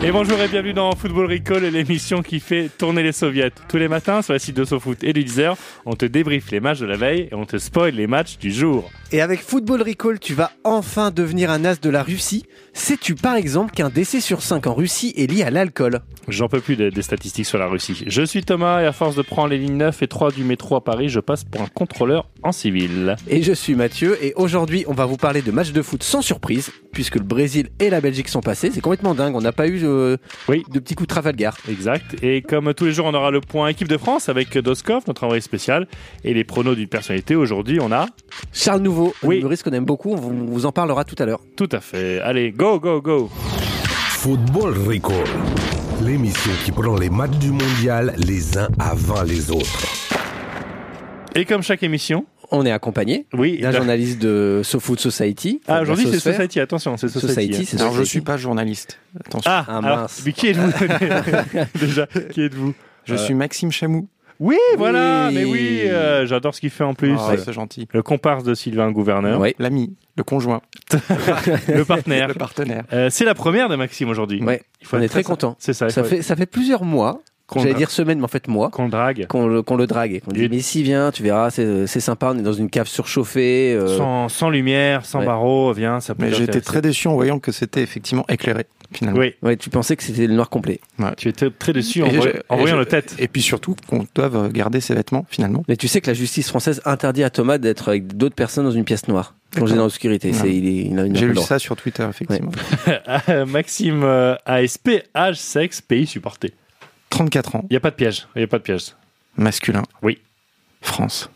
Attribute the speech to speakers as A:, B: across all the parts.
A: Et bonjour et bienvenue dans Football Recall, l'émission qui fait tourner les soviets. Tous les matins sur la site de SoFoot et du Deezer, on te débriefe les matchs de la veille et on te spoil les matchs du jour.
B: Et avec Football Recall, tu vas enfin devenir un as de la Russie. Sais-tu par exemple qu'un décès sur 5 en Russie est lié à l'alcool
A: J'en peux plus des, des statistiques sur la Russie. Je suis Thomas et à force de prendre les lignes 9 et 3 du métro à Paris, je passe pour un contrôleur en civil.
B: Et je suis Mathieu et aujourd'hui on va vous parler de matchs de foot sans surprise puisque le Brésil et la Belgique sont passés. C'est complètement dingue, on n'a pas eu euh,
A: Oui.
B: de petits coups de Trafalgar.
A: Exact. Et comme tous les jours, on aura le point équipe de France avec Doskov, notre envoyé spécial, et les pronos d'une personnalité. Aujourd'hui, on a
B: Charles Nouveau, un
A: Oui.
B: humoriste qu'on aime beaucoup, on vous, on vous en parlera tout à l'heure.
A: tout à fait. Allez, go, go, go.
C: Football Recall. L'émission qui prend les matchs du mondial les uns avant les autres.
A: Et comme chaque émission,
B: On est accompagné
A: oui.
B: d'un journaliste de SoFoot Society.
A: Ah, aujourd'hui, c'est
B: Sosphère.
A: Society. Attention, c'est Society.
B: Society.
A: hein.
B: c'est
D: Alors je
B: Society.
D: suis pas journaliste. Attention.
A: Ah,
B: Ah,
A: alors,
B: mince.
A: mais qui êtes-vous Déjà, qui êtes-vous
D: je
A: euh,
D: suis Maxime Chamou.
A: Oui, voilà,
B: Oui.
A: mais oui, euh, j'adore ce qu'il fait en plus.
D: Ah, c'est gentil.
A: Le comparse de Sylvain Gouverneur,
B: Ouais.
D: L'ami, le conjoint,
A: le partenaire.
D: le partenaire.
A: Euh, c'est la première de Maxime aujourd'hui.
B: Ouais.
A: Il faut
B: On
A: être
B: est très
A: sincère.
B: content.
A: C'est ça, il
B: Ça
A: faut
B: fait, ça fait plusieurs mois,
A: qu'on
B: j'allais dire semaine mais en fait mois,
A: qu'on le drague.
B: qu'on le, qu'on le drague et qu'on
A: Et-
B: dit mais si viens tu verras c'est c'est sympa on est dans une cave surchauffée euh,
A: Sans, sans lumière, sans
B: ouais.
A: barreaux, viens, ça peut
D: Mais j'étais
A: t'intéresser.
D: très déçu en voyant que c'était effectivement éclairé finalement.
A: Oui,
B: ouais tu pensais que c'était le noir complet
A: tu étais très déçu en,
D: Et
A: voy-
D: je-
A: en
D: et
A: voyant
D: je-
A: le tête.
D: Et puis surtout qu'on doive garder ses vêtements finalement.
B: mais tu sais que la justice française interdit à Thomas d'être avec d'autres personnes dans une pièce noire plongé dans l'obscurité
D: Non.
B: c'est il, est- il a une
D: J'ai lu ça sur Twitter effectivement.
A: Maxime euh, ASP, âge, sexe, pays supporté.
D: 34 ans,
A: Il n'y a pas de piège, il n'y a pas de piège.
D: masculin.
A: Oui.
D: France.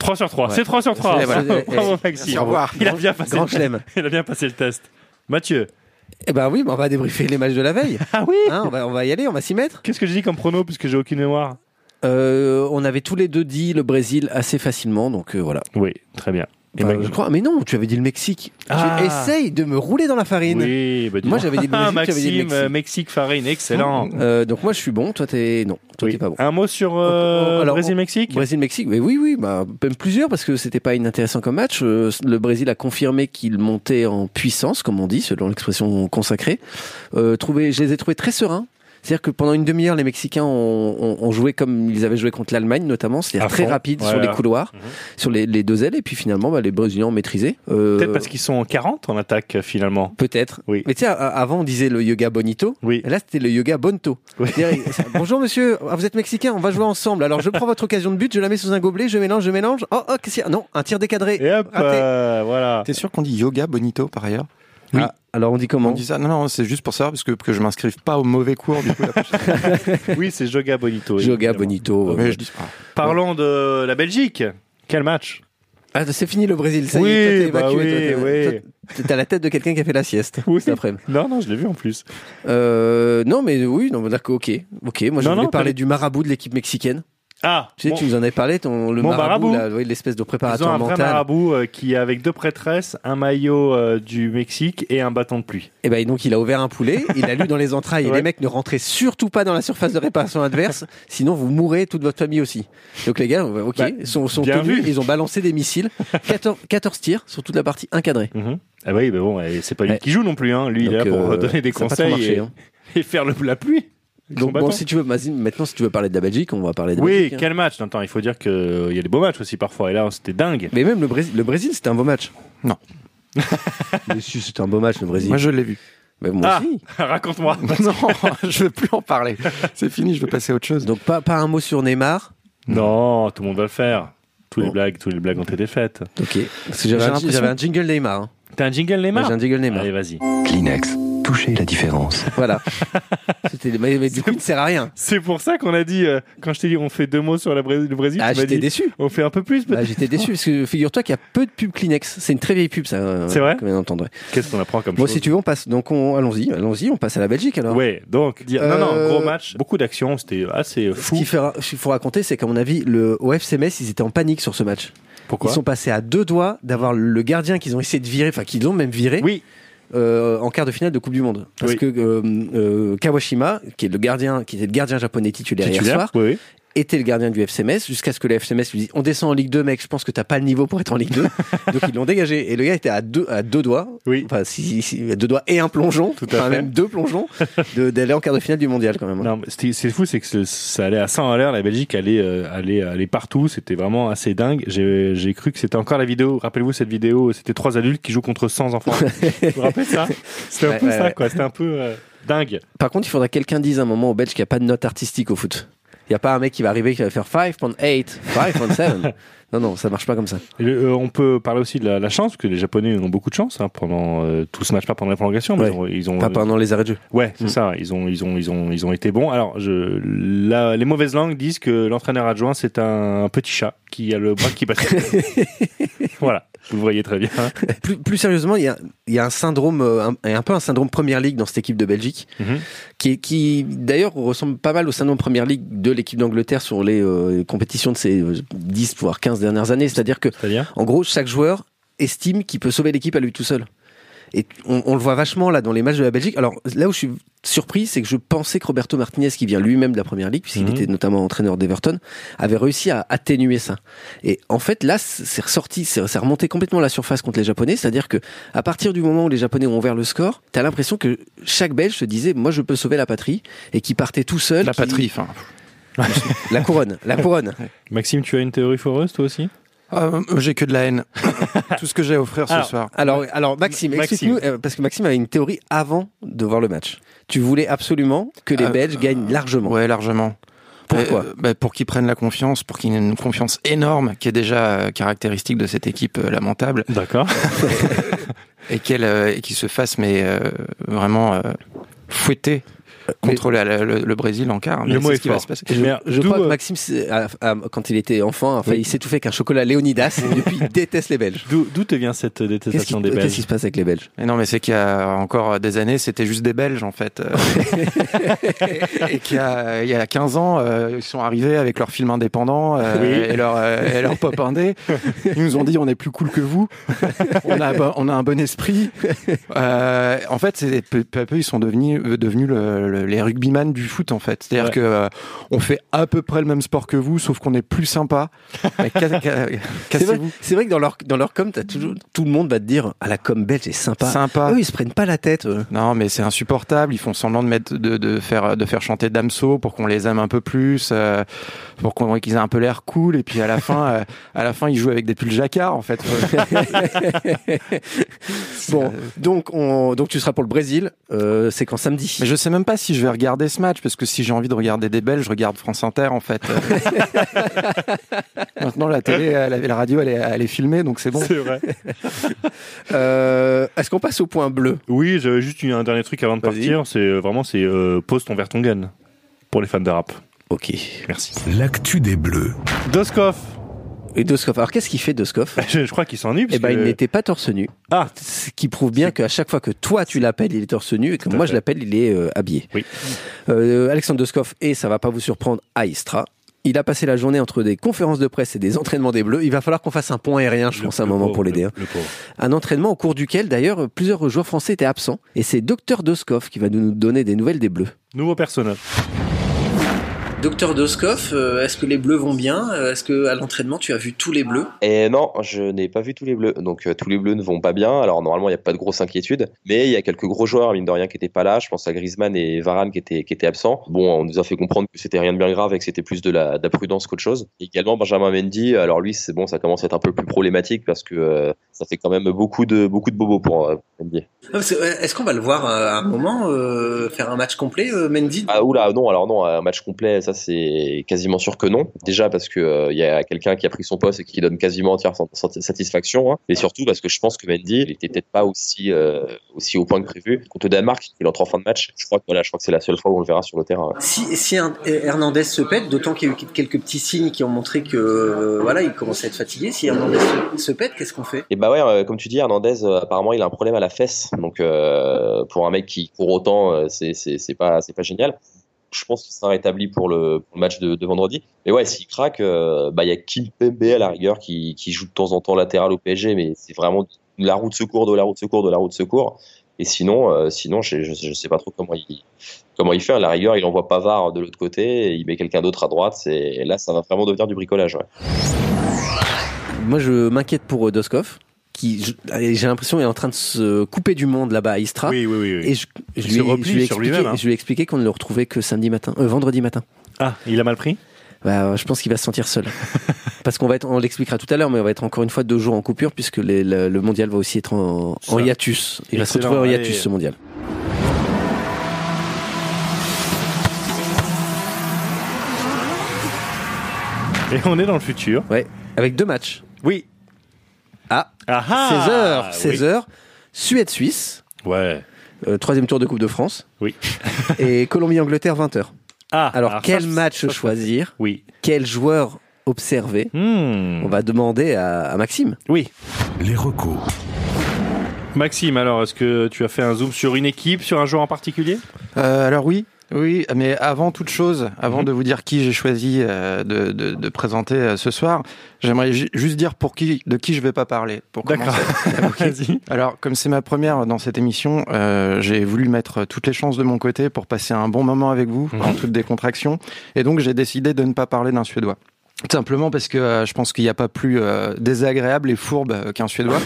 A: 3 sur 3,
B: Ouais.
A: c'est 3 sur 3.
B: Et voilà.
A: Bravo
B: Et-
A: Maxime.
D: Au revoir.
A: Il a bien passé,
B: grand chelem
A: il a bien passé le test. Mathieu,
B: eh ben oui mais on va débriefer les matchs de la veille
A: Ah oui
B: Hein, on va on va y aller on va s'y mettre
A: Qu'est-ce que j'ai dit comme prono puisque j'ai aucune mémoire
B: Euh, on avait tous les deux dit le Brésil assez facilement donc euh, voilà
A: Oui, très bien. Et
B: Enfin,
A: Max-
B: je crois mais non tu avais dit le Mexique
A: Ah.
B: tu essayes de me rouler dans la farine
A: Oui, bah dis
B: Moi,
A: donc.
B: j'avais dit le
A: Ah,
B: Brésil, tu avais dit le
A: Maxime, euh, Mexique, farine, excellent.
B: Euh, donc moi je suis bon toi t'es non toi
A: Oui.
B: t'es pas bon
A: Un mot sur euh,
B: Oh, oh, alors,
A: Brésil-Mexique
B: Brésil-Mexique, mais oui, oui, bah, même plusieurs parce que c'était pas inintéressant comme match. Euh, Le Brésil a confirmé qu'il montait en puissance, comme on dit, selon l'expression consacrée. Euh, trouvé, je les ai trouvés très sereins. C'est-à-dire que pendant une demi-heure, les Mexicains ont, ont- ont joué comme ils avaient joué contre l'Allemagne, notamment,
A: À
B: c'est-à-dire très
A: fond.
B: rapide sur
A: Ouais.
B: les couloirs,
A: Mhm.
B: sur les, les deux ailes, et puis finalement, bah, les Brésiliens ont maîtrisé. Euh,
A: Peut-être parce qu'ils sont en 40 en attaque euh, finalement.
B: peut-être.
A: Oui.
B: Mais tu sais, a- avant on disait le yoga bonito.
A: Oui.
B: Et là, c'était le yoga Bonto.
A: Oui.
B: C'est-à-dire, Bonjour monsieur, Ah, vous êtes mexicain, on va jouer ensemble. Alors je prends votre occasion de but, je la mets sous un gobelet, je mélange, je mélange. Oh, oh qu'est-ce qu'il y a Non, un tir décadré.
A: Et hop,
B: Raté.
A: euh, voilà.
D: T'es sûr qu'on dit yoga bonito par ailleurs
B: Oui.
D: Ah,
B: Alors on dit comment
D: On dit ça Non, non, c'est juste pour savoir parce que, que je m'inscrive pas au mauvais cours du coup. la prochaine fois.
A: Oui, c'est Joga Bonito.
B: Yoga
A: évidemment.
B: Bonito.
D: Mais je dis pas.
A: Parlons de la Belgique. Quel match
B: Ah, c'est fini le Brésil, ça
A: Oui,
B: y est,
A: bah
B: toi, t'es évacué. toi,
A: oui,
B: t'es-
A: oui.
B: toi, t'as la tête de quelqu'un qui a fait la sieste
A: Oui.
B: cet après-midi.
A: Non, non, je l'ai vu en plus.
B: Euh, non, mais oui, non, mais d'accord, ok. Ok, moi je
A: Non,
B: voulais
A: non, t'as-
B: parler du marabout de l'équipe mexicaine.
A: Ah,
B: Tu sais,
A: bon,
B: tu nous en avais parlé, ton, le
A: Mon
B: marabout,
A: marabout.
B: là, oui, l'espèce de
A: ils ont
B: préparateur
A: un vrai
B: mental.
A: marabout euh, qui est avec deux prêtresses, un maillot euh, du Mexique et un bâton de pluie.
B: Et ben donc il a ouvert un poulet, il a lu dans les entrailles et
A: Ouais.
B: les mecs ne rentraient surtout pas dans la surface de réparation adverse, sinon vous mourrez toute votre famille aussi. Donc les gars, on va- ok,
A: Bah,
B: sont, sont
A: bien
B: tenus,
A: vu.
B: ils ont balancé des missiles, 14, 14 tirs sur toute la partie encadrée.
A: Ah oui, mais bon, euh, c'est pas lui
B: Ouais.
A: qui joue non plus. Hein. Lui, il est là pour euh, donner des conseils et, et faire le, la pluie. avec son
B: hein. Donc bon,
A: bâton.
B: si tu veux, vas-y, maintenant si tu veux parler de la Belgique, on va parler de la
A: oui,
B: Belgique. hein.
A: quel match. Non, attends, il faut dire qu'il y a des beaux matchs aussi parfois. Et là, c'était dingue.
B: Mais même le Brésil, le Brésil c'était un beau match.
D: Non.
B: Mais si, c'était un beau match le Brésil.
D: Moi je l'ai vu.
B: Mais moi
A: Ah.
B: aussi.
A: Raconte-moi.
D: Non, je veux plus en parler. C'est fini, je veux passer à autre chose.
B: Donc pas, pas un mot sur Neymar.
A: Non, tout le monde va le faire. Tous les
B: Bon.
A: blagues, tous les blagues ont été faites.
B: Ok. Parce que j'avais
D: J'ai
B: un,
D: l'impression-
B: j'avais un jingle Neymar. hein.
A: T'as un jingle Neymar
B: J'ai un jingle Neymar.
A: Allez, vas-y.
E: Kleenex, touchez la différence.
B: Voilà. C'était, mais, mais du coup, il ne sert à rien.
A: C'est pour ça qu'on a dit, euh, quand je t'ai dit on fait deux mots sur la Bré- le Brésil,
B: Ah,
A: tu m'as
B: j'étais
A: dit
B: déçu.
A: on fait un peu plus
B: Bah,
A: peut-être.
B: j'étais déçu parce que figure-toi qu'il y a peu de pubs Kleenex. C'est une très vieille pub, ça. euh,
A: C'est vrai
B: que vous entendrez.
A: Qu'est-ce qu'on apprend comme
B: Bon,
A: chose
B: si tu veux, on passe. Donc, on... allons-y, allons-y. On passe à la Belgique alors.
A: Ouais, donc. dire-
B: Euh,
A: Non, non, gros match, beaucoup d'action, c'était assez
B: Ce
A: fou.
B: qu'il faut, ce qu'il faut raconter, c'est qu'à mon avis, le au FC Metz, ils étaient en panique sur ce match.
A: Pourquoi
B: ils sont passés à deux doigts d'avoir le gardien qu'ils ont essayé de virer, enfin qu'ils ont même viré.
A: Oui.
B: euh, en quart de finale de Coupe du Monde. Parce
A: Oui.
B: que euh, euh, Kawashima, qui est le gardien, qui était le gardien japonais titulaire, hier
A: Titulaire
B: soir,
A: Oui, oui.
B: était le gardien du FCMS jusqu'à ce que le FCMS lui dise on descend en Ligue 2 mec je pense que t'as pas le niveau pour être en Ligue 2 donc ils l'ont dégagé et le gars était à deux à deux doigts
A: Oui.
B: enfin si, si, si, à deux doigts et un plongeon
A: Tout à
B: enfin
A: fait.
B: même deux plongeons de- d'aller en quart de finale du mondial quand même
A: Non, mais c'était- c'est fou, c'est que ce- ça allait à 100 à l'heure, la Belgique allait, euh, allait, allait partout, c'était vraiment assez dingue. J'ai j'ai cru que c'était encore la vidéo, rappelez-vous cette vidéo, c'était trois adultes qui jouent contre 100 enfants. vous vous rappelez ça C'était un
B: Ouais,
A: peu
B: ouais,
A: ça,
B: ouais.
A: quoi, c'était un peu euh, dingue.
B: par contre il faudra que quelqu'un dise un moment aux Belges qu'il n'y a pas de note artistique au foot il n'y a pas un mec qui va arriver qui va faire 5.8 5.7 non non ça marche pas comme ça
A: Et le- euh, on peut parler aussi de la, la chance, parce que les Japonais ont beaucoup de chance hein, pendant euh, tout ce match, pas pendant la prolongation, mais
B: Ouais.
A: ils ont- ils ont,
B: pas pendant les arrêts de jeu
A: Ouais, c'est
B: Mm.
A: ça. Ils ont, ils ont, ils ont, ils ont été bons. Alors, je, la- les mauvaises langues disent que l'entraîneur adjoint c'est un petit chat qui a le bras qui passe. voilà, vous le voyez très bien. hein.
B: plus, plus sérieusement, il y a, il y a un syndrome, euh, un, un peu un syndrome Première Ligue dans cette équipe de Belgique,
A: Mhm.
B: qui, est- qui d'ailleurs ressemble pas mal au syndrome Première Ligue de l'équipe d'Angleterre sur les euh, compétitions de ces euh, 10 voire 15 dernières années. C'est-à-dire que,
A: C'est-à-dire
B: en gros, chaque joueur estime qu'il peut sauver l'équipe à lui tout seul. Et on, on le voit vachement là dans les matchs de la Belgique. Alors là où je suis surpris, c'est que je pensais que Roberto Martinez, qui vient lui-même de la Première Ligue, puisqu'il
A: Mhm.
B: était notamment entraîneur d'Everton, avait réussi à atténuer ça. Et en fait, là, c'est ressorti, c'est c'est remonté complètement à la surface contre les Japonais. C'est-à-dire que, à partir du moment où les Japonais ont ouvert le score, t'as l'impression que chaque Belge se disait, moi, je peux sauver la patrie, et qui partait tout seul.
D: La
B: qui-
D: patrie, enfin.
B: La couronne, la couronne.
A: Maxime, tu as une théorie foreuse toi aussi
D: Euh, j'ai que de la haine. Tout ce que j'ai à offrir ce
A: Ah. Alors,
D: soir.
B: Alors, alors Maxime,
A: Maxime.
B: explique-nous, euh, parce que Maxime avait une théorie avant de voir le match. Tu voulais absolument que les
D: Euh,
B: Belges gagnent largement.
D: Ouais, largement.
B: Pourquoi
D: Euh, bah, Pour qu'ils prennent la confiance, pour qu'ils aient une confiance énorme qui est déjà euh, caractéristique de cette équipe euh, lamentable
A: D'accord.
D: et qu'elle euh, et qu'ils se fassent mais euh, vraiment euh, fouetter contre la- la- le, le Brésil en quart. Euh, Mais
A: Le mot
D: c'est
A: est
D: ce qui va
A: fort.
D: se passer.
B: Je,
A: Mais
B: je
A: d'où,
B: crois que
A: euh,
B: Maxime, c'est- a- a- quand il était enfant, enfin, il s'étouffait qu'un chocolat Léonidas et depuis il déteste les Belges.
A: D'où d'où te vient cette
B: Qu'est-ce qui, euh,
A: détestation des
B: qu'est-ce qui
A: Belges
B: se passe avec les Belges
D: Mais non, mais c'est qu'il y a encore des années, c'était juste des Belges en fait. Euh, et qu'il y a, il y a 15 ans, euh, ils sont arrivés avec leur film indépendant euh,
A: Oui.
D: et, leur, euh, et leur pop indé. Ils nous ont dit on est plus cool que vous, on a, un bon- on a un bon esprit. Euh, en fait, c'est, peu, peu à peu, ils sont devenus, euh, devenus le- le- les rugbyman du foot en fait. C'est-à-dire
A: Ouais.
D: que euh, on fait à peu près le même sport que vous, sauf qu'on est plus sympa. Mais ca- ca-
B: C'est vrai,
D: Cassez-vous.
B: c'est vrai que dans leur, dans leur com, t'as toujours, tout le monde va te dire Ah, la com belge est sympa.
D: Sympa.
B: Eux, ils se prennent pas la tête. euh.
D: Non, mais c'est insupportable. Ils font semblant de mettre, de, de faire, de faire chanter Damso pour qu'on les aime un peu plus, euh, pour qu'on qu'ils aient un peu l'air cool. Et puis à la fin, euh, à la fin, ils jouent avec des pulls jacquard en fait.
B: Bon, donc, on, donc tu seras pour le Brésil. euh, c'est quand samedi
D: Mais je sais même pas si je vais regarder ce match parce que si j'ai envie de regarder des Belges, je regarde France Inter en fait. Maintenant, la télé, euh, la, la radio, elle est, elle est filmée, donc c'est bon.
A: C'est vrai.
B: Euh, Est-ce qu'on passe au point bleu
A: Oui, j'avais juste une- un dernier truc avant de
B: Vas-y.
A: partir. C'est euh, vraiment c'est euh, pose ton verre ton gun pour les fans de rap.
B: Ok.
A: Merci.
C: L'actu des Bleus.
A: Doskov.
B: Et Doskov. Alors, qu'est-ce qu'il fait, Doskov
A: Je, je crois qu'il s'ennuie.
B: Eh
A: parce
B: ben, il
A: que- euh,
B: n'était pas torse nu.
A: Ah.
B: Ce qui prouve bien qu'à chaque fois que toi tu l'appelles, il est torse nu et que
A: Tout à
B: moi
A: fait.
B: je l'appelle, il est euh, habillé.
A: Oui.
B: Euh, Alexandre Doskov, et ça va pas vous surprendre, à Istra. Il a passé la journée entre des conférences de presse et des entraînements des Bleus. Il va falloir qu'on fasse un point aérien, je
A: le-
B: pense, à un
A: le
B: moment
A: pauvre,
B: pour l'aider.
A: le-
B: hein.
A: le pauvre.
B: Un entraînement au cours duquel, d'ailleurs, plusieurs joueurs français étaient absents. Et c'est Docteur Doskov qui va nous donner des nouvelles des Bleus.
A: Nouveau personnage.
B: Docteur Doskov, euh, est-ce que les Bleus vont bien Euh, Est-ce que à l'entraînement tu as vu tous les Bleus
F: Et non, je n'ai pas vu tous les bleus. Donc euh, tous les bleus ne vont pas bien. Alors normalement, il n'y a pas de grosse inquiétude. Mais il y a quelques gros joueurs, mine de rien, qui n'étaient pas là. Je pense à Griezmann et Varane qui étaient, qui étaient absents. Bon, on nous a fait comprendre que c'était rien de bien grave et que c'était plus de la, de la prudence qu'autre chose. Et également Benjamin Mendy. Alors lui, c'est bon, ça commence à être un peu plus problématique parce que euh, ça fait quand même beaucoup de, beaucoup de bobos pour euh, Mendy.
B: euh, Est-ce qu'on va le voir à un moment euh, faire un match complet, Mendy
F: Ah oula, non, alors non, un match complet, ça c'est quasiment sûr que non. Déjà parce que euh, il y a quelqu'un qui a pris son poste et qui donne quasiment entière sa- sa- satisfaction. hein. Et surtout parce que je pense que Mendy, il était peut-être pas aussi euh, aussi au point que prévu. Contre le Danemark, il entre en fin de match. Je crois que voilà, je crois que c'est la seule fois où on le verra sur le terrain. ouais.
B: Si, si un- Hernandez se pète, d'autant qu'il y a eu quelques petits signes qui ont montré que euh, voilà, il commençait à être fatigué. Si Hernandez se, se pète, qu'est-ce qu'on fait
F: Et bah ouais, euh, comme tu dis, Hernandez, euh, apparemment, il a un problème à la fesse. Donc euh, pour un mec qui court autant, euh, c'est c'est c'est pas c'est pas génial. je pense qu'il sera rétabli pour le, pour le match de, de vendredi. Mais ouais, s'il craque, euh, bah, il y a Kim Pembe à la rigueur qui, qui joue de temps en temps latéral au PSG, mais c'est vraiment de la roue de secours, de la roue de secours, de la roue de secours. Et sinon, euh, sinon je, je, je sais pas trop comment il, comment il fait. À la rigueur, il envoie Pavard de l'autre côté, et il met quelqu'un d'autre à droite. Et là, ça va vraiment devenir du bricolage. Ouais.
B: Moi, je m'inquiète pour euh, Doskov, qui, je- allez, j'ai l'impression, est en train de se couper du monde là-bas à Istra.
A: Oui, oui, oui. oui.
B: Ah. Et je, je
A: Il
B: lui,
A: se
B: ai-
A: replie
B: je lui ai
A: sur
B: expliqué,
A: lui-même, hein.
B: je lui ai expliqué qu'on ne le retrouvait que samedi matin, euh, vendredi matin.
A: Ah, il a mal pris
B: Bah, euh, je pense qu'il va se sentir seul. Parce qu'on va être, on l'expliquera tout à l'heure, mais on va être encore une fois deux jours en coupure puisque les- le, le mondial va aussi être en, en
A: Ça.
B: hiatus. Il va se
A: Excellent,
B: retrouver en
A: allez.
B: hiatus ce mondial.
A: Et on est dans le futur.
B: Ouais. Avec deux matchs.
A: Oui.
B: Ah,
A: Ah
B: 16 heures,
A: oui.
B: 16 heures. Suède-Suisse,
A: Ouais.
B: euh, troisième tour de Coupe de France.
A: Oui.
B: et Colombie-Angleterre, 20 heures.
A: Ah,
B: Alors, quel
A: ça,
B: match
A: ça, ça-
B: choisir
A: Oui.
B: Quel joueur observer
A: Hmm.
B: On va demander à, à Maxime.
A: Oui.
C: Les recos.
A: Maxime, alors, est-ce que tu as fait un zoom sur une équipe, sur un joueur en particulier
D: Euh, alors oui, oui, mais avant toute chose, avant de vous dire qui j'ai choisi euh, de, de- de présenter euh, ce soir, j'aimerais ju- juste dire pour qui, de qui je vais pas parler. Pour
A: D'accord.
D: commencer.
A: Vas-y.
D: Alors, comme c'est ma première dans cette émission, euh, j'ai voulu mettre toutes les chances de mon côté pour passer un bon moment avec vous, en toute décontraction. Et donc, j'ai décidé de ne pas parler d'un Suédois. Tout Simplement parce que euh, je pense qu'il n'y a pas plus euh, désagréable et fourbe euh, qu'un Suédois.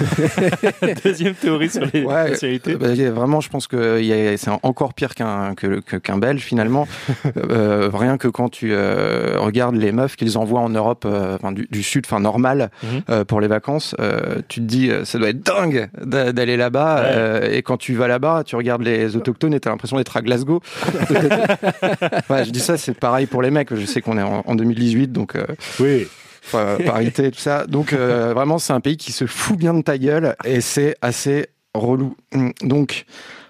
A: Deuxième théorie sur les
D: Ouais,
A: nationalités.
D: Euh, bah, y a- vraiment, je pense que euh, y a- c'est encore pire qu'un que- que- qu'un Belge finalement. Euh, rien que quand tu euh, regardes les meufs qu'ils envoient en Europe, euh, enfin, du, du sud, enfin normal
A: Mhm.
D: euh, pour les vacances, euh, tu te dis euh, ça doit être dingue d'a- d'aller là-bas.
A: Ouais.
D: euh, et quand tu vas là-bas, tu regardes les autochtones et t'as l'impression d'être à Glasgow. Ouais, je dis ça, c'est pareil pour les mecs. Je sais qu'on est en, en 2018, donc. euh,
A: Oui.
D: Enfin, euh, parité et tout ça. Donc euh, vraiment, c'est un pays qui se fout bien de ta gueule et c'est assez relou. Hum, Donc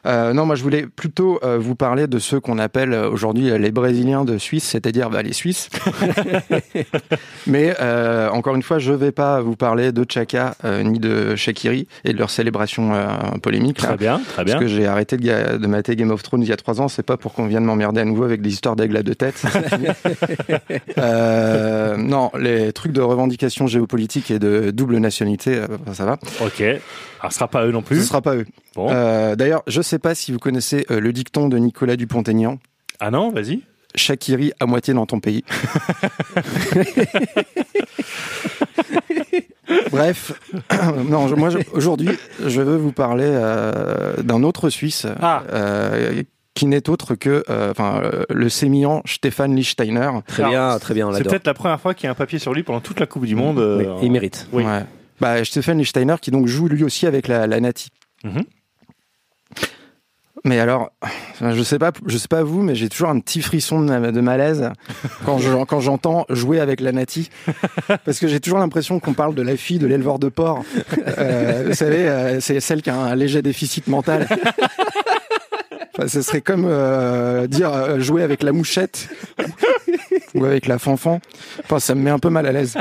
D: euh, non, moi je voulais plutôt euh, vous parler de ceux qu'on appelle euh, aujourd'hui euh, les Brésiliens de Suisse, c'est-à-dire bah, les Suisses. Mais euh, encore une fois, je vais pas vous parler de Chaka euh, ni de Shakiri et de leur célébration euh, polémique. là.
A: Très bien, très bien.
D: Parce que j'ai arrêté de, ga- de mater Game of Thrones il y a trois ans, c'est pas pour qu'on vienne m'emmerder à nouveau avec des histoires d'aigle à deux têtes. Euh, non, les trucs de revendication géopolitique et de double nationalité, euh, enfin, ça va.
A: Ok. Alors, ce sera pas eux non
D: Ce
A: plus.
D: sera pas eux.
A: Bon.
D: Euh, D'ailleurs, je sais pas si vous connaissez euh, le dicton de Nicolas Dupont-Aignan.
A: Ah non, vas-y.
D: Shakiri à moitié dans ton pays. Bref, non, je- moi je- aujourd'hui, je veux vous parler euh, d'un autre Suisse
A: Ah.
D: euh, qui n'est autre que euh, enfin, euh, le sémillant Stéphane Lichtsteiner.
B: Très
A: Alors,
B: bien, très bien, on
A: C'est
B: l'adore.
A: peut-être la première fois qu'il y a un papier sur lui pendant toute la Coupe du Monde. euh,
B: Oui,
A: en-
B: Il mérite.
A: Oui.
D: Ouais. Bah, Stéphane Lichtsteiner qui donc joue lui aussi avec la, la Nati.
A: Mhm.
D: Mais alors, je sais pas, je sais pas vous, mais j'ai toujours un petit frisson de, de malaise quand je- quand j'entends jouer avec la Nati, parce que j'ai toujours l'impression qu'on parle de la fille de l'éleveur de porc. Euh, vous savez, euh, c'est celle qui a un léger déficit mental. Enfin, ce serait comme euh, dire euh, jouer avec la mouchette ou avec la fanfan. Enfin, ça me met un peu mal à l'aise.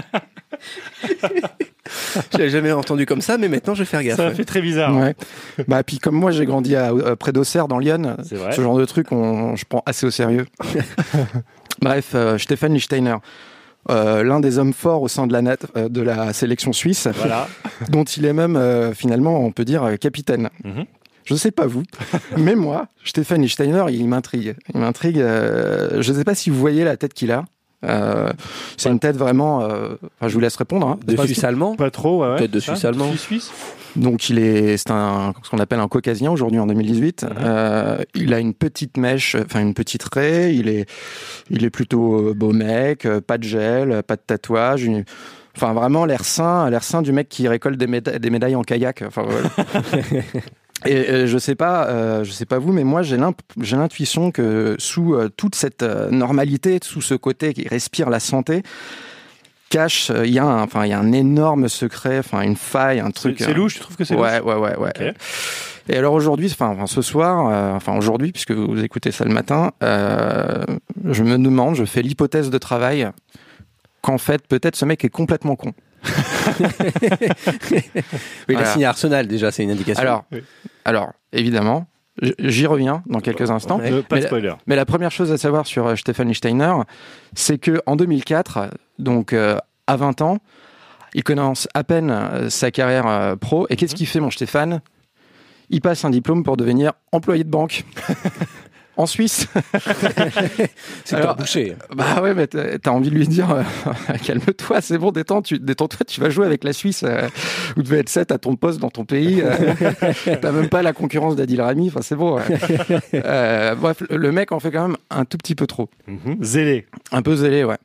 B: Je l'avais jamais entendu comme ça, mais maintenant je vais faire gaffe.
A: Ça fait très bizarre.
D: Ouais. Bah puis comme moi j'ai grandi à, euh, près d'Auxerre dans l'Yonne,
A: C'est vrai.
D: ce genre de truc on, je prends assez au sérieux. Bref, euh, Stéphane Lichtsteiner. euh, l'un des hommes forts au sein de la, nat- euh, de la sélection suisse,
A: Voilà.
D: dont il est même euh, finalement, on peut dire, euh, capitaine.
A: Mhm.
D: Je sais pas vous, mais moi, Stéphane Lichtsteiner, il m'intrigue. Il m'intrigue. euh, je sais pas si vous voyez la tête qu'il a. Euh, c'est une tête vraiment. euh, enfin, je vous laisse répondre. hein.
B: De Suisse allemand
A: Pas trop, ouais. ouais.
B: Peut-être de
A: Ça,
B: Suisse allemand.
A: Suisse.
D: Donc il est, c'est un, ce qu'on appelle un caucasien aujourd'hui en 2018.
A: Mhm.
D: Euh, il a une petite mèche, enfin une petite raie. Il est, il est plutôt euh, beau mec, euh, pas de gel, euh, pas de tatouage. une- enfin vraiment l'air sain, l'air sain du mec qui récolte des, méda- des médailles en kayak. Enfin voilà. Et euh, je sais pas, euh, je sais pas vous, mais moi j'ai l'imp- j'ai l'intuition que sous euh, toute cette euh, normalité, sous ce côté qui respire la santé, cache, euh, il y a un, enfin il y a un énorme secret, enfin une faille, un
A: C'est
D: truc. euh,
A: c'est
D: un-
A: louche, je trouve que c'est
D: Ouais, ouais, ouais, ouais.
A: Ok.
D: Et alors aujourd'hui, enfin, enfin, ce soir, euh, enfin aujourd'hui, puisque vous écoutez ça le matin, euh, je me demande, je fais l'hypothèse de travail qu'en fait, peut-être ce mec est complètement con.
B: Oui, il a
D: Voilà.
B: signé Arsenal déjà, c'est une indication.
D: Alors, alors, évidemment, J- J'y reviens dans quelques instants.
B: Ouais.
A: Euh, pas de
D: Mais-
A: spoiler.
D: Mais la première chose à savoir sur euh, Stefan Steiner, c'est que en 2004, donc euh, à 20 ans, il commence à peine euh, sa carrière euh, pro. Et qu'est-ce qu'il fait, mon Stéphane Il passe un diplôme pour devenir employé de banque. En Suisse
G: C'est
D: Alors,
G: pas bouché.
A: euh,
D: Bah ouais, mais t'as t'as envie de lui dire euh, calme-toi, c'est bon, détends, tu, détends-toi, tu vas jouer avec la Suisse. euh, vous devez être 7 à ton poste dans ton pays. euh, t'as même pas la concurrence d'Adil Rami. Enfin, c'est bon. ouais. Euh, bref, le mec en fait quand même un tout petit peu trop.
A: Mhm. Zélé.
D: Un peu zélé, ouais.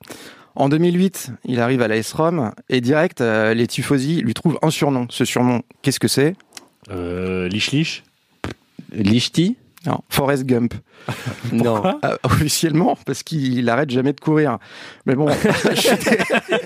D: En 2008, il arrive à la S-ROM et direct, euh, les Tifosi lui trouvent un surnom. Ce surnom, qu'est-ce que c'est
A: Euh, lich lich.
B: Lichti
D: Non, Forrest Gump.
B: Non.
D: Euh, officiellement, parce qu'il arrête jamais de courir. Mais bon, je suis dé-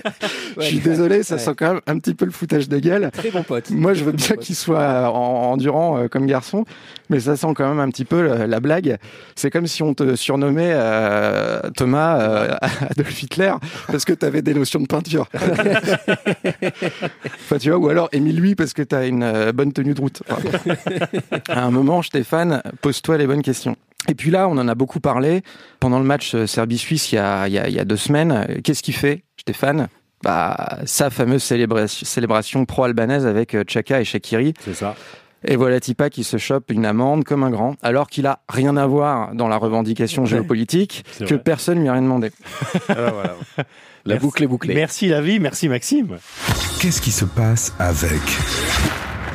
D: je suis désolé, ça
B: Ouais.
D: sent quand même un petit peu le foutage de gueule.
G: Très bon pote.
D: Moi, je veux bien qu'il soit en- endurant euh, comme garçon, mais ça sent quand même un petit peu le- la blague. C'est comme si on te surnommait euh, Thomas euh, Adolf Hitler parce que tu avais des notions de peinture. enfin, tu vois, ou alors Émile lui parce que tu as une euh, bonne tenue de route. Enfin, à un moment, Stéphane, pose-toi les bonnes questions. Et puis là, on en a beaucoup parlé pendant le match euh, Serbie-Suisse il y a, il y a- il y a deux semaines. euh, Qu'est-ce qu'il fait, Stéphane bah, sa fameuse célébration, célébration pro-albanaise avec euh, Chaka et Shakiri.
A: C'est ça.
D: Et voilà Tipa qui se chope une amende comme un grand, alors qu'il a rien à voir dans la revendication géopolitique,
A: C'est
D: que
A: vrai.
D: personne lui a rien demandé.
G: La
A: Merci.
G: boucle est bouclée.
A: Merci la vie, merci Maxime.
C: Qu'est-ce qui se passe avec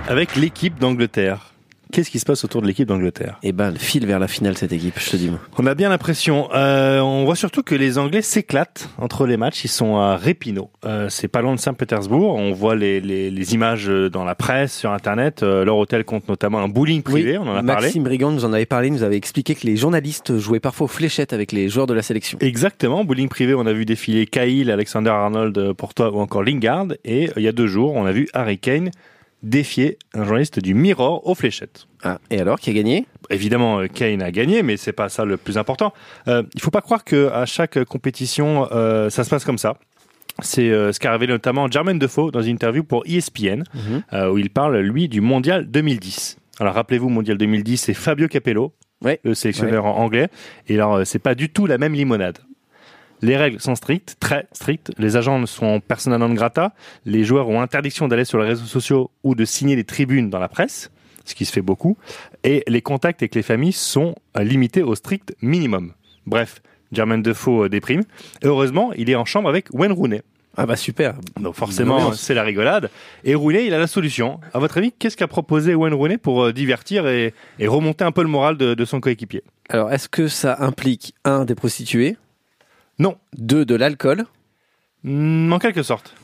A: Avec l'équipe d'Angleterre. Qu'est-ce qui se passe autour de l'équipe d'Angleterre
B: Eh ben, le fil vers la finale, cette équipe, je te dis. moi.
A: On a bien l'impression. Euh, on voit surtout que les Anglais s'éclatent entre les matchs. Ils sont à Répino. Euh, c'est pas loin de Saint-Pétersbourg. On voit les, les, les images dans la presse, sur Internet. Euh, leur hôtel compte notamment un bowling privé. on en a parlé.
B: Maxime Brigand nous en avait parlé, nous avait expliqué que les journalistes jouaient parfois aux fléchettes avec les joueurs de la sélection.
A: Exactement, bowling privé, on a vu défiler Cahill, Alexander Arnold, euh, Courtois ou encore Lingard. Et euh, il y a deux jours, on a vu Harry Kane défier un journaliste du Mirror aux fléchettes.
B: Ah, et alors, qui a gagné
A: Évidemment, euh, Kane a gagné, mais c'est pas ça le plus important. Euh, il faut pas croire que à chaque euh, compétition, euh, ça se passe comme ça. C'est euh, ce qu'a révélé notamment Jermaine Defoe dans une interview pour E ESPN,
B: Mhm.
A: euh, où il parle, lui, du Mondial 2010. Alors rappelez-vous, Mondial 2010, c'est Fabio Capello,
B: Ouais.
A: le sélectionneur en- anglais. Et alors, euh, c'est pas du tout la même limonade. Les règles sont strictes, très strictes. Les agents ne sont persona non grata. Les joueurs ont interdiction d'aller sur les réseaux sociaux ou de signer des tribunes dans la presse, ce qui se fait beaucoup. Et les contacts avec les familles sont euh, limités au strict minimum. Bref, Jermaine Defoe euh, déprime. Et heureusement, il est en chambre avec Wayne Rooney.
B: Ah bah super.
A: Donc forcément, c'est la rigolade. Et Rooney, il a la solution. À votre avis, qu'est-ce qu'a proposé Wayne Rooney pour euh, divertir et, et remonter un peu le moral de, de son coéquipier
B: Alors, est-ce que ça implique, un, des prostituées
A: Non.
B: Deux, de l'alcool
A: Hmm, En quelque sorte.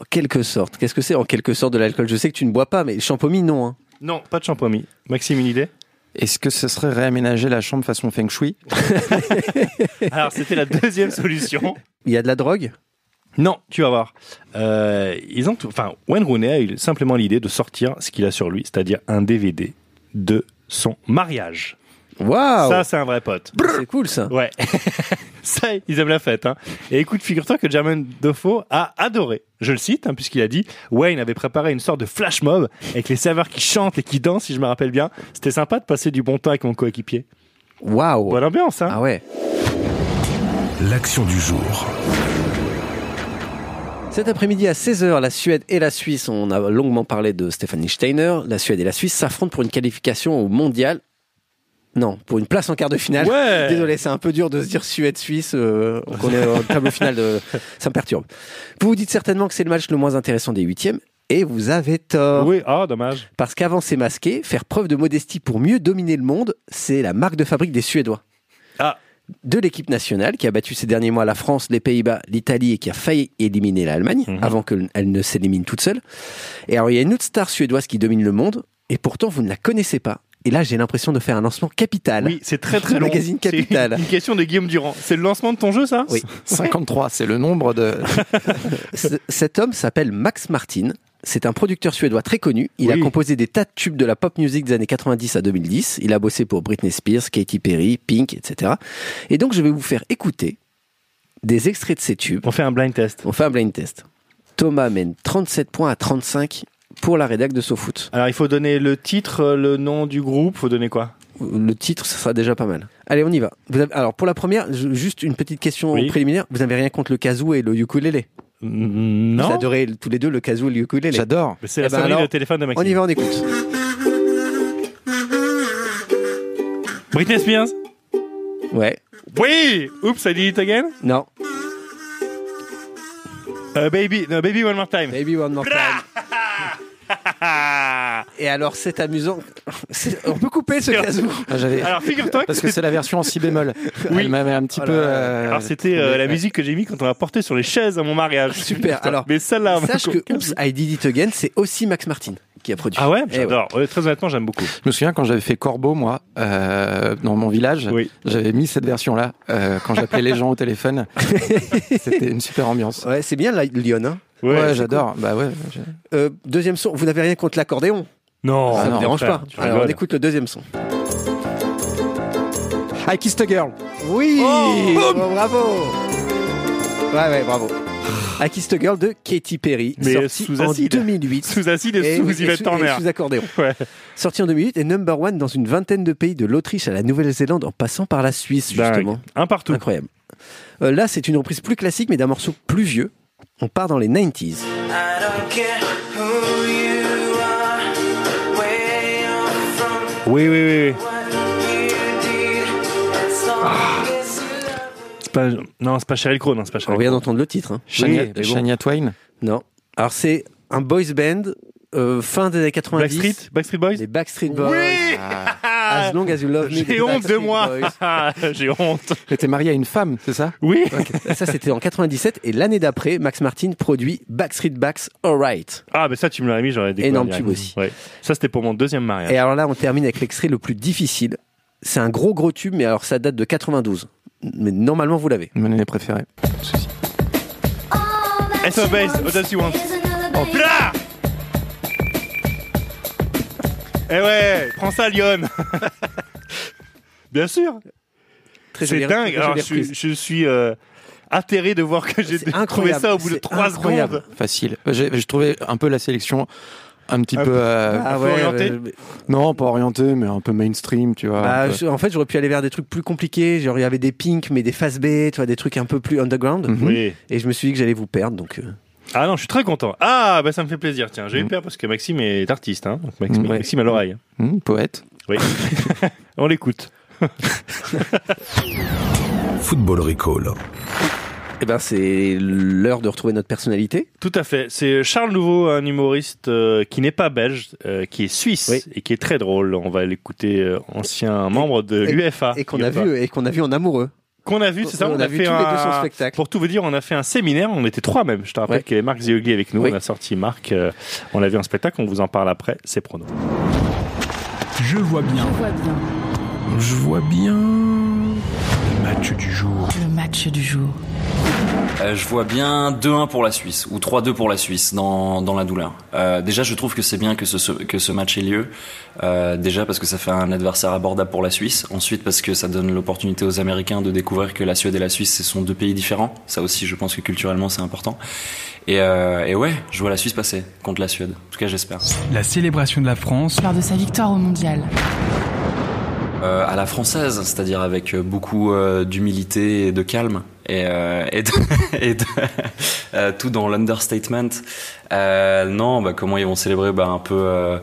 B: En quelque sorte. Qu'est-ce que c'est en quelque sorte de l'alcool Je sais que tu ne bois pas, mais champomis, non. hein.
A: Non, pas de shampoing. Maxime, une idée
D: Est-ce que ce serait réaménager la chambre façon feng shui
A: Alors, c'était la deuxième solution.
B: Il y a de la drogue
A: Non, tu vas voir. Euh, ils ont, tout- enfin, Wayne Rooney a eu simplement l'idée de sortir ce qu'il a sur lui, c'est-à-dire un DVD de son mariage. Ça,
B: Waouh
A: c'est un vrai pote.
B: C'est cool ça.
A: Ouais. ça, ils aiment la fête. Hein. Et écoute, figure-toi que Jermaine Defoe a adoré. Je le cite, hein, puisqu'il a dit Wayne avait préparé une sorte de flash mob avec les serveurs qui chantent et qui dansent, si je me rappelle bien. C'était sympa de passer du bon temps avec mon coéquipier.
B: Waouh
A: Bonne ambiance, hein
B: Ah ouais.
C: l'action du jour
B: Cet après-midi à 16h, la Suède et la Suisse, on a longuement parlé de Stéphanie Steiner, la Suède et la Suisse s'affrontent pour une qualification au mondial. Non, pour une place en quart de finale.
A: Ouais.
B: Ah Désolé, c'est un peu dur de se dire Suède-Suisse, euh, qu'on est au tableau final, de... ça me perturbe. Vous vous dites certainement que c'est le match le moins intéressant des huitièmes, et vous avez tort.
A: Oui, ah, dommage.
B: Parce qu'avancer masqué, faire preuve de modestie pour mieux dominer le monde, c'est la marque de fabrique des Suédois.
A: Ah.
B: De l'équipe nationale qui a battu ces derniers mois la France, les Pays-Bas, l'Italie et qui a failli éliminer l'Allemagne
A: Mhm.
B: avant qu'elle ne s'élimine toute seule. Et alors il y a une autre star suédoise qui domine le monde et pourtant vous ne la connaissez pas. Et là j'ai l'impression de faire un lancement capital.
A: Oui, c'est très très
B: Le
A: long.
B: magazine
A: C'est
B: Capital.
A: Une question de Guillaume Durand. C'est le lancement de ton jeu, ça
B: Oui.
D: 53, c'est le nombre de...
B: C- Cet homme s'appelle Max Martin. C'est un producteur suédois très connu. Il a
A: Oui.
B: composé des tas de tubes de la pop music des années 90 à 2010. Il a bossé pour Britney Spears, Katy Perry, Pink, etc. Et donc, je vais vous faire écouter des extraits de ces tubes.
A: On fait un blind test.
B: On fait un blind test. Thomas mène 37 points à 35 pour la rédac de SoFoot.
A: Alors, il faut donner le titre, euh, le nom du groupe, faut donner quoi
B: le titre, ça sera déjà pas mal. Allez, on y va. Vous avez- alors, pour la première, ju- juste une petite question
A: Oui.
B: préliminaire. Vous n'avez rien contre le kazoo et le ukulélé Vous
A: Non.
B: adorez tous les deux le kazoo et le ukulélé
D: J'adore.
A: C'est
B: Mm, Eh
A: la
B: ben
A: sonnerie
B: alors,
A: de téléphone de
B: On y
A: Maxime.
B: va, on écoute.
A: Britney Spears
B: Ouais.
A: Oui Oops, I did it again
B: Non.
A: Euh, Baby, no, baby one more time.
B: Maybe one more time.
A: Ah!
B: Et alors, c'est amusant. C'est- On peut couper ce kazoo.
D: Ah, j'avais-
A: Alors figure-toi que
D: Parce que c'est la version en si bémol.
A: Oui.
D: Elle m'avait un petit
B: Oh là
D: peu.
B: là.
D: euh,
A: Alors c'était euh, la musique que j'ai mis quand on a porté sur les chaises à mon mariage.
B: Super,
A: Putain,
B: alors,
A: Mais celle-là.
B: Sache
A: Marco-
B: que Oops, I Did It Again, c'est aussi Max Martin qui a produit.
A: Ah ouais,
B: Eh
A: j'adore. Ouais, très honnêtement, j'aime beaucoup.
D: Je me souviens quand j'avais fait Corbeau, moi, euh, dans mon village,
A: Oui.
D: j'avais mis cette version-là euh, quand j'appelais les gens au téléphone. C'était une super ambiance.
B: Ouais, c'est bien la Lyon. hein.
D: Ouais,
A: c'est
D: j'adore. Bah ouais. j'ai-
B: Euh, deuxième son, vous n'avez rien contre l'accordéon
A: cool. Oh, Non,
D: Ah
B: Ça ne
D: non,
B: dérange
A: frère,
B: pas.
A: tu
B: Alors on
A: rigoles.
B: écoute le deuxième son.
D: Ah, I kissed a girl.
B: Oui Bon, Oh, Bravo Ouais, ouais, bravo. I Kissed a Girl de Katy Perry,
A: Ah. Mais
B: sorti
A: sous
B: en
A: acide.
B: 2008.
A: Sous acide et,
B: Et Eh oui,
A: sous
B: et
A: Yvette Horner.
B: et sous accordéon.
A: Ouais.
B: Sorti en 2008 et number one dans une vingtaine de pays, de l'Autriche à la Nouvelle-Zélande, en passant par la Suisse,
A: Dingue.
B: justement.
A: Un partout.
B: Incroyable. Euh, là, c'est une reprise plus classique, mais d'un morceau plus vieux. On part dans les 90s.
A: Oui, oui, oui. oui. C'est pas... Non, c'est pas Sheryl Crow, non, c'est pas
B: On
A: Sheryl
B: vient d'entendre le titre. hein.
D: Shania,
B: Oui, mais bon.
D: Shania Twain.
B: Non. Alors, c'est un boys band, euh, fin des années 90.
A: Backstreet, Backstreet Boys.
B: Les Backstreet Boys.
A: Oui
B: As long as you love me. des
A: J'ai honte de
B: Backstreet
A: moi. Ah,
B: Boys.
A: J'ai honte.
D: T'étais marié à une femme, c'est ça
A: Oui.
B: Ça, c'était en 97. Et l'année d'après, Max Martin produit Backstreet Backs Alright.
A: Ah, mais ça, tu me l'aurais mis, j'aurais découvert.
B: Énorme
A: direct.
B: tube aussi.
A: Ouais. Ça, c'était pour mon deuxième mariage.
B: Et alors là, on termine avec l'extrait le plus difficile. C'est un gros gros tube, mais alors ça date de 92. Mais normalement, vous l'avez.
D: Mon année préférée.
A: SOS, what does you want Oh putain Eh ouais, prends ça Lyon Bien sûr
B: Très
A: C'est
B: jolie-
A: dingue
B: très jolie
A: Alors, je,
B: reprise.
A: suis- je suis euh, atterré de voir que j'ai
B: C'est
A: trouvé ça au bout de
B: incroyable,
A: 3
B: c'est incroyable.
A: secondes
D: Facile. Euh, J'ai j'ai trouvé un peu la sélection un petit
A: Un
D: peu.
A: peu-
D: euh,
B: Ah
A: faut
B: ouais,
A: orienter.
B: ouais, ouais.
D: Non, pas orienté, mais un peu mainstream, tu vois.
B: Bah,
D: un peu.
B: je- en fait, j'aurais pu aller vers des trucs plus compliqués. Genre, il y avait des Pink, mais des Fast B, tu vois, des trucs un peu plus underground.
D: Mhm.
A: Oui.
B: Et je me suis dit que j'allais vous perdre. Donc, euh,
A: Ah non, je suis très content. Ah, bah ça me fait plaisir. Tiens, j'ai eu
D: Mm.
A: peur parce que Maxime est artiste. Hein. Donc, Maxime,
D: Mm, ouais.
A: Maxime à l'oreille.
D: Hum, poète.
A: Oui. On l'écoute.
C: Football Recall.
B: eh ben, c'est l'heure de retrouver notre personnalité.
A: Tout à fait. C'est Charles Nouveau, un humoriste euh, qui n'est pas belge, euh, qui est suisse
B: Oui.
A: et qui est très drôle. On va l'écouter, euh, ancien membre de l'UFA.
B: Et qu'on a vu, et qu'on a vu en amoureux.
A: Qu'on a vu, c'est ça.
B: On, a vu
A: fait
B: tous les deux son
A: un-
B: spectacle.
A: Pour tout vous dire, on a fait un séminaire, on était trois même. Je te rappelle
B: Ouais.
A: qu'il y avait Marc Ziogli avec nous,
B: Oui.
A: on a sorti Marc, euh, on l'a vu en spectacle, on vous en parle après, c'est prono.
H: Je vois bien
I: vois bien
H: Je vois bien. Le match du jour.
I: le match du jour.
J: Euh, je vois bien 2-1 pour la Suisse ou 3-2 pour la Suisse dans, dans la douleur. Euh, déjà, je trouve que c'est bien que ce- ce, que ce match ait lieu. Euh, déjà parce que ça fait un adversaire abordable pour la Suisse. Ensuite parce que ça donne l'opportunité aux Américains de découvrir que la Suède et la Suisse, ce sont deux pays différents. Ça aussi, je pense que culturellement, c'est important. Et, euh, et ouais, je vois la Suisse passer contre la Suède. En tout cas, j'espère.
H: La célébration de la France.
K: lors de sa victoire au mondial.
J: Euh, à la française, c'est-à-dire avec euh, beaucoup euh, d'humilité et de calme, et, euh, et, de- et de- euh, tout dans l'understatement. Euh, non, bah, comment ils vont célébrer bah, Un peu euh,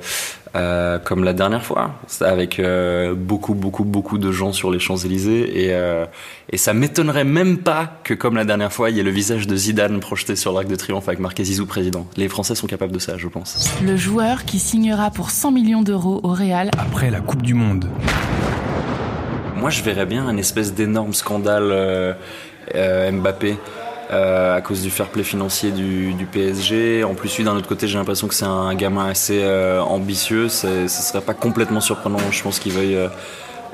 J: euh, comme la dernière fois, C'est avec euh, beaucoup, beaucoup, beaucoup de gens sur les Champs-Élysées, et, euh, et ça m'étonnerait même pas que comme la dernière fois, il y ait le visage de Zidane projeté sur l'arc de triomphe avec marqué Zizou président. Les Français sont capables de ça, je pense.
K: Le joueur qui signera pour 100 millions d'euros au Real
H: Après la Coupe du Monde.
J: Moi, je verrais bien un espèce d'énorme scandale euh, euh, Mbappé euh, à cause du fair play financier du, du PSG. En plus, lui, d'un autre côté, j'ai l'impression que c'est un gamin assez euh, ambitieux. C'est- Ce serait pas complètement surprenant, je pense, qu'il veuille euh,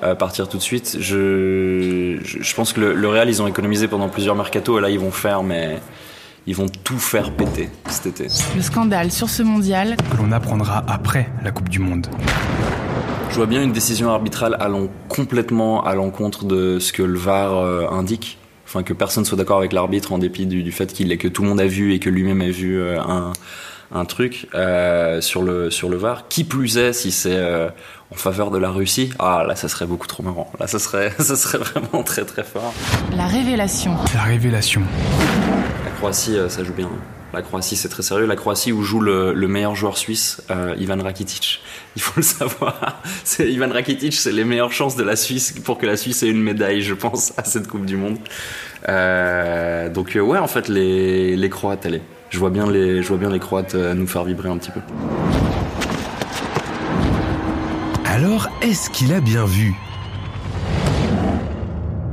J: euh, partir tout de suite. Je, je, je pense que le, le Real, ils ont économisé pendant plusieurs mercato et là, ils vont faire, mais ils vont tout faire péter cet été.
K: Le scandale sur ce mondial,
H: Que l'on apprendra après la Coupe du Monde.
J: Je vois bien une décision arbitrale allant complètement à l'encontre de ce que le VAR euh, indique. Enfin, que personne soit d'accord avec l'arbitre en dépit du, du fait qu'il est que tout le monde a vu et que lui-même a vu euh, un, un truc euh, sur le sur le VAR. Qui plus est, si c'est euh, en faveur de la Russie, ah là, ça serait beaucoup trop marrant. Là, ça serait ça serait vraiment très très fort.
K: La révélation.
H: La révélation.
J: La Croatie, euh, ça joue bien. La Croatie, c'est très sérieux. La Croatie où joue le, le meilleur joueur suisse, euh, Ivan Rakitic. Il faut le savoir. C'est Ivan Rakitic, c'est les meilleures chances de la Suisse pour que la Suisse ait une médaille, je pense, à cette Coupe du Monde. Euh, donc euh, ouais, en fait, les, les Croates, allez. Je vois bien les, je vois bien les Croates euh, nous faire vibrer un petit peu.
C: Alors, est-ce qu'il a bien vu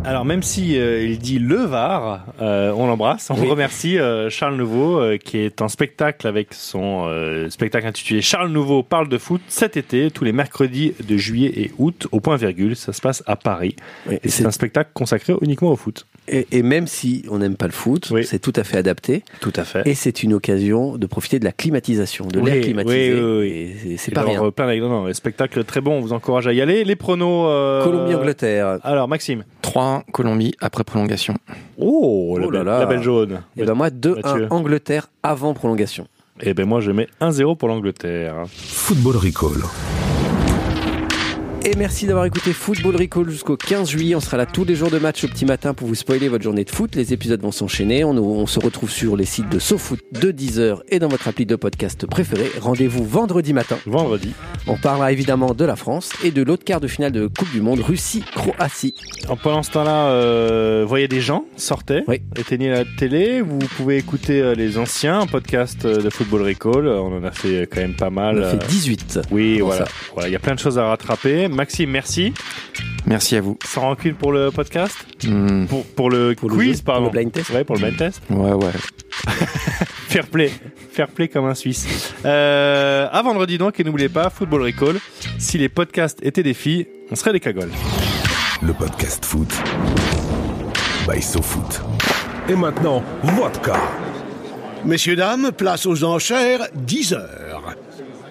A: Alors même si euh, il dit le Var, euh, on l'embrasse, on remercie euh, Charles Nouveau euh, qui est en spectacle avec son euh, spectacle intitulé Charles Nouveau parle de foot cet été tous les mercredis de juillet et août au point virgule, ça se passe à Paris. et c'est un spectacle consacré uniquement au foot.
B: Et, et même si on n'aime pas le foot, c'est tout à fait adapté.
A: Tout à fait.
B: Et c'est une occasion de profiter de la climatisation, de l'air
A: Oui,
B: climatisé.
A: oui, oui, oui.
B: Et c'est- C'est
A: Et
B: pas
A: leur,
B: rien.
A: euh, plein d'anecdotes. Non, non, spectacle très bon, on vous encourage à y aller. Les pronos euh,
B: Colombie-Angleterre.
A: Alors Maxime.
D: 3-1 Colombie après prolongation.
A: Oh, la,
B: Oh là
A: belle,
B: là.
A: la belle jaune.
B: Et ben moi, 2-1
A: Mathieu.
B: Angleterre avant prolongation.
A: Et ben moi je mets 1-0 pour l'Angleterre.
C: Football Recall.
B: Et merci d'avoir écouté Football Recall jusqu'au 15 juillet. On sera là tous les jours de match au petit matin pour vous spoiler votre journée de foot. Les épisodes vont s'enchaîner. On, on se retrouve sur les sites de SoFoot, de Deezer et dans votre appli de podcast préféré. Rendez-vous vendredi matin.
A: Vendredi.
B: On parlera évidemment de la France et de l'autre quart de finale de Coupe du Monde, Russie-Croatie.
A: En pendant ce temps-là, euh, voyez des gens, sortez, éteignez la télé, vous pouvez écouter euh, les anciens podcasts euh, de Football Recall, Euh, on en a fait euh, quand même pas mal.
B: On a fait
A: euh,
B: 18.
A: Oui,
B: Comment
A: voilà.
B: ça
A: Voilà, il y a plein de choses à rattraper. Maxime, merci.
D: Merci à vous.
A: Sans rancune pour le podcast
D: Hmm.
A: pour, pour le quiz, pardon.
B: le blind test.
A: Ouais, pour le blind test.
D: Ouais, ouais.
A: Fair play. Fair play comme un Suisse. Euh, à vendredi donc, et n'oubliez pas, Football Recall, si les podcasts étaient des filles, on serait des cagoles.
C: Le podcast foot. By SoFoot. Et maintenant, vodka.
L: Messieurs, dames, place aux enchères, 10 heures.